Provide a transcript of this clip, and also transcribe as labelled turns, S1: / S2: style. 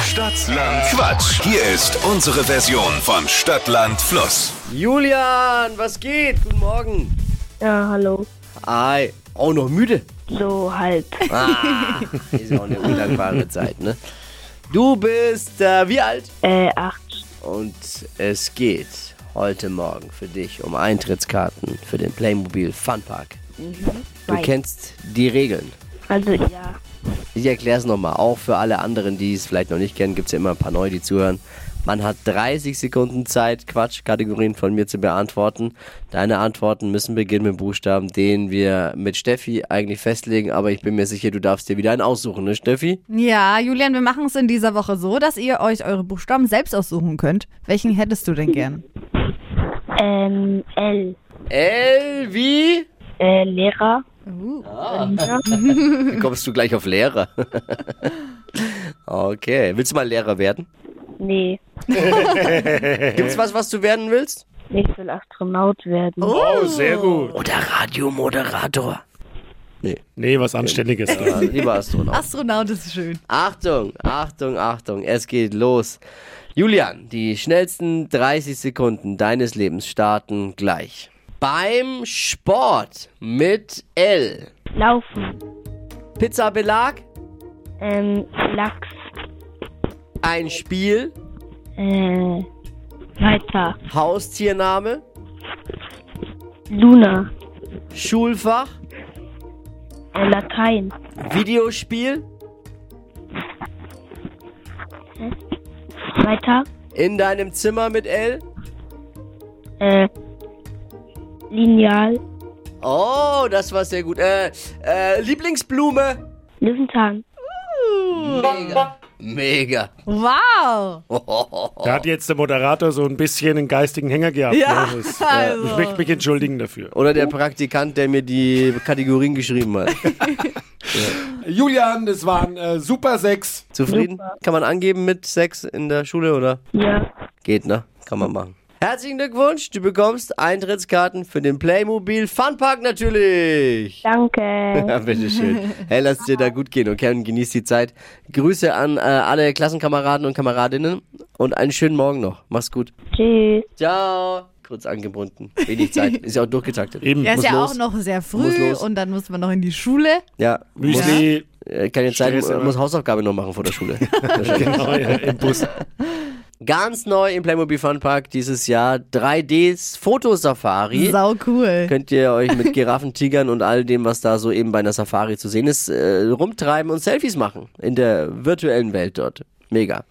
S1: Stadtland Quatsch. Hier ist unsere Version von Stadtland Fluss.
S2: Julian, was geht? Guten Morgen.
S3: Ja, hallo.
S2: Ei, auch noch müde.
S3: So halb.
S2: Ah, ist auch eine undankbare Zeit, ne? Du bist äh, wie alt?
S3: Äh, acht.
S2: Und es geht heute Morgen für dich um Eintrittskarten für den Playmobil Funpark. Du
S3: Nein.
S2: kennst die Regeln.
S3: Also ja.
S2: Ich erkläre es nochmal, auch für alle anderen, die es vielleicht noch nicht kennen, gibt es ja immer ein paar neue, die zuhören. Man hat 30 Sekunden Zeit, Quatschkategorien von mir zu beantworten. Deine Antworten müssen beginnen mit dem Buchstaben, den wir mit Steffi eigentlich festlegen, aber ich bin mir sicher, du darfst dir wieder einen aussuchen, ne Steffi?
S4: Ja, Julian, wir machen es in dieser Woche so, dass ihr euch eure Buchstaben selbst aussuchen könnt. Welchen hättest du denn gern?
S3: Ähm, L.
S2: L wie?
S3: Äh, Lehrer.
S2: Dann kommst du gleich auf Lehrer. okay, willst du mal Lehrer werden?
S3: Nee.
S2: Gibt's was, was du werden willst?
S3: Ich will Astronaut werden.
S5: Oh, sehr gut.
S2: Oder Radiomoderator?
S5: Nee, was Anständiges.
S2: Ja, lieber Astronaut.
S4: Astronaut ist schön.
S2: Achtung, Achtung, Achtung, es geht los. Julian, die schnellsten 30 Sekunden deines Lebens starten gleich. Beim Sport mit L.
S3: Laufen.
S2: Pizzabelag,
S3: Ähm, Lachs.
S2: ein Spiel,
S3: Äh, weiter.
S2: Haustiername,
S3: Luna.
S2: Schulfach,
S3: Äh, Latein.
S2: Videospiel,
S3: Weiter.
S2: in deinem Zimmer mit L.
S3: Äh, Lineal.
S2: Oh, das war sehr gut. Äh, äh, Lieblingsblume.
S3: Löwenzahn.
S2: Mega. Mega.
S4: Wow.
S5: Da hat jetzt der Moderator so ein bisschen einen geistigen Hänger gehabt.
S4: Oh. Ja,
S5: ne? Das,
S4: also.
S5: Ich möchte mich entschuldigen dafür.
S2: Oder der Praktikant, der mir die Kategorien geschrieben hat.
S5: Julian, das waren äh, super sechs.
S2: Zufrieden? Kann man angeben mit Sex in der Schule oder?
S3: Ja.
S2: Geht, ne? Kann man machen. Herzlichen Glückwunsch, du bekommst Eintrittskarten für den Playmobil Funpark natürlich.
S3: Danke.
S2: Ja, bitteschön. Hey, lass dir da gut gehen, okay? Und genieß die Zeit. Grüße an äh, alle Klassenkameraden und Kameradinnen und einen schönen Morgen noch. Mach's gut.
S3: Tschüss.
S2: Ciao. Kurz angebunden. Wenig Zeit. Ist ja auch durchgetaktet.
S5: Eben.
S4: Er ist
S2: Muss
S4: ja
S2: los.
S4: auch noch sehr
S2: Muss
S4: früh
S2: los.
S4: und dann muss man noch in die Schule.
S2: Ja, muss,
S5: Müsli.
S2: äh, keine Zeit,
S5: Stress, oder?
S2: muss Hausaufgabe noch machen vor der Schule.
S5: Genau, ja, im Bus.
S2: Ganz neu im Playmobil Funpark dieses Jahr 3Ds Fotosafari.
S4: Sau cool.
S2: Könnt ihr euch mit Giraffen, Tigern und all dem, was da so eben bei einer Safari zu sehen ist, äh, rumtreiben und Selfies machen in der virtuellen Welt dort. Mega.